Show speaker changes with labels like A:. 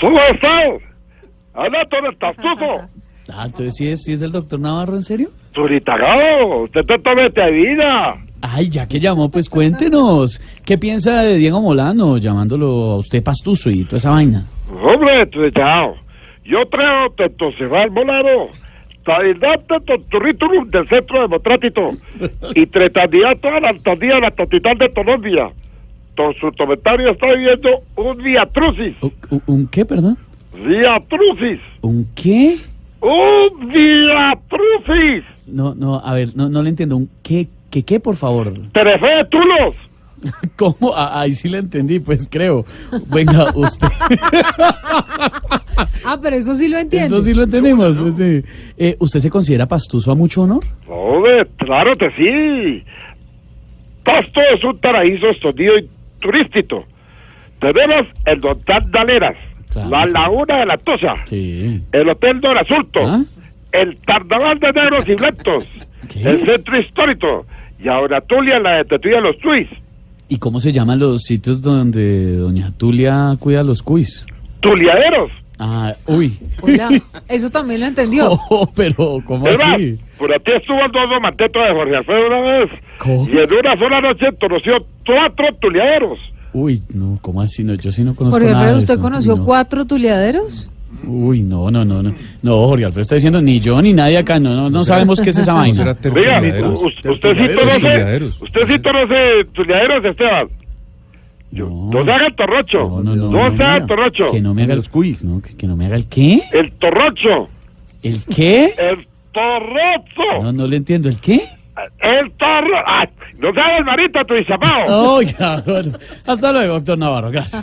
A: ¿Cómo estás? Habla todo el tastuco.
B: Ah, entonces sí es, sí es el doctor Navarro, ¿en serio?
A: Turitagao, usted te tome esta vida.
B: Ay, ya que llamó, pues cuéntenos. ¿Qué piensa de Diego Molano llamándolo a usted pastuso y toda esa vaina?
A: Hombre, turitagao. Yo traigo tetocefal volado, taidate torturríturum del Centro Democrático y tretandiato a la alcaldía de la capital de Colombia. Por su comentario está viviendo un viatrucis.
B: ¿Un- un- ¿Un qué, perdón?
A: Viatrucis.
B: ¿Un qué?
A: ¡Un viatrucis!
B: No, no, a ver, no, no le entiendo. ¿Un qué, qué, qué, por favor?
A: ¡Terefe de Tulos!
B: ¿Cómo? Ah, ahí sí le entendí, pues creo. Venga, usted.
C: Ah, pero eso sí lo entiendo.
B: Eso sí lo entendemos. pues, sí. Eh, ¿Usted se considera pastuso a mucho honor?
A: Hombre, claro que sí. Pasto es un paraíso escondido y turístico. Tenemos el Hotel Daleras,
B: Claro,
A: la
B: sí.
A: Laguna de la Tosa,
B: Sí.
A: el Hotel Don Azulto,
B: ¿Ah?
A: el Tarnaval de Negros y Blancos,
B: ¿Qué?
A: el Centro Histórico y ahora Tulia, la de Tetuya de los Tuis.
B: ¿Y cómo se llaman los sitios donde doña Tulia cuida los cuis?
A: Tuliaderos.
B: Ah, uy.
C: Hola, eso también lo entendió.
B: Oh, pero, ¿cómo
A: Es más,
B: así?
A: por aquí estuvo el dos manteto de Jorge Alfredo una vez.
B: ¿Cómo?
A: Y en una sola noche conoció cuatro tuliaderos.
B: Uy, no, ¿cómo así? No, yo sí no conozco
C: Jorge
B: nada de
C: Alfredo, ¿usted
B: eso.
C: conoció
B: No.
C: cuatro tuleaderos?
B: Uy, no, no, no, no. No, Jorge Alfredo está diciendo ni yo ni nadie acá. No, no, no sabemos qué es esa vaina.
A: Oiga,
D: Tertuliaderos.
A: u- u- usted sí conoce,
D: Tertuliaderos.
A: usted sí conoce tuliaderos, Esteban.
B: No,
A: No se haga el torrocho.
B: no, no, no,
A: No se haga el
B: no.
A: torrocho.
B: Que no me haga el
D: Los cuis.
B: No, que, que no me haga el qué.
A: El torrocho.
B: ¿El qué?
A: El
B: No,
A: torrocho.
B: Eh, no le entiendo. ¿El qué?
A: El torrocho. No se haga el marito, tu disapao.
B: Oh, Oiga, bueno. Hasta luego, doctor Navarro. Gracias.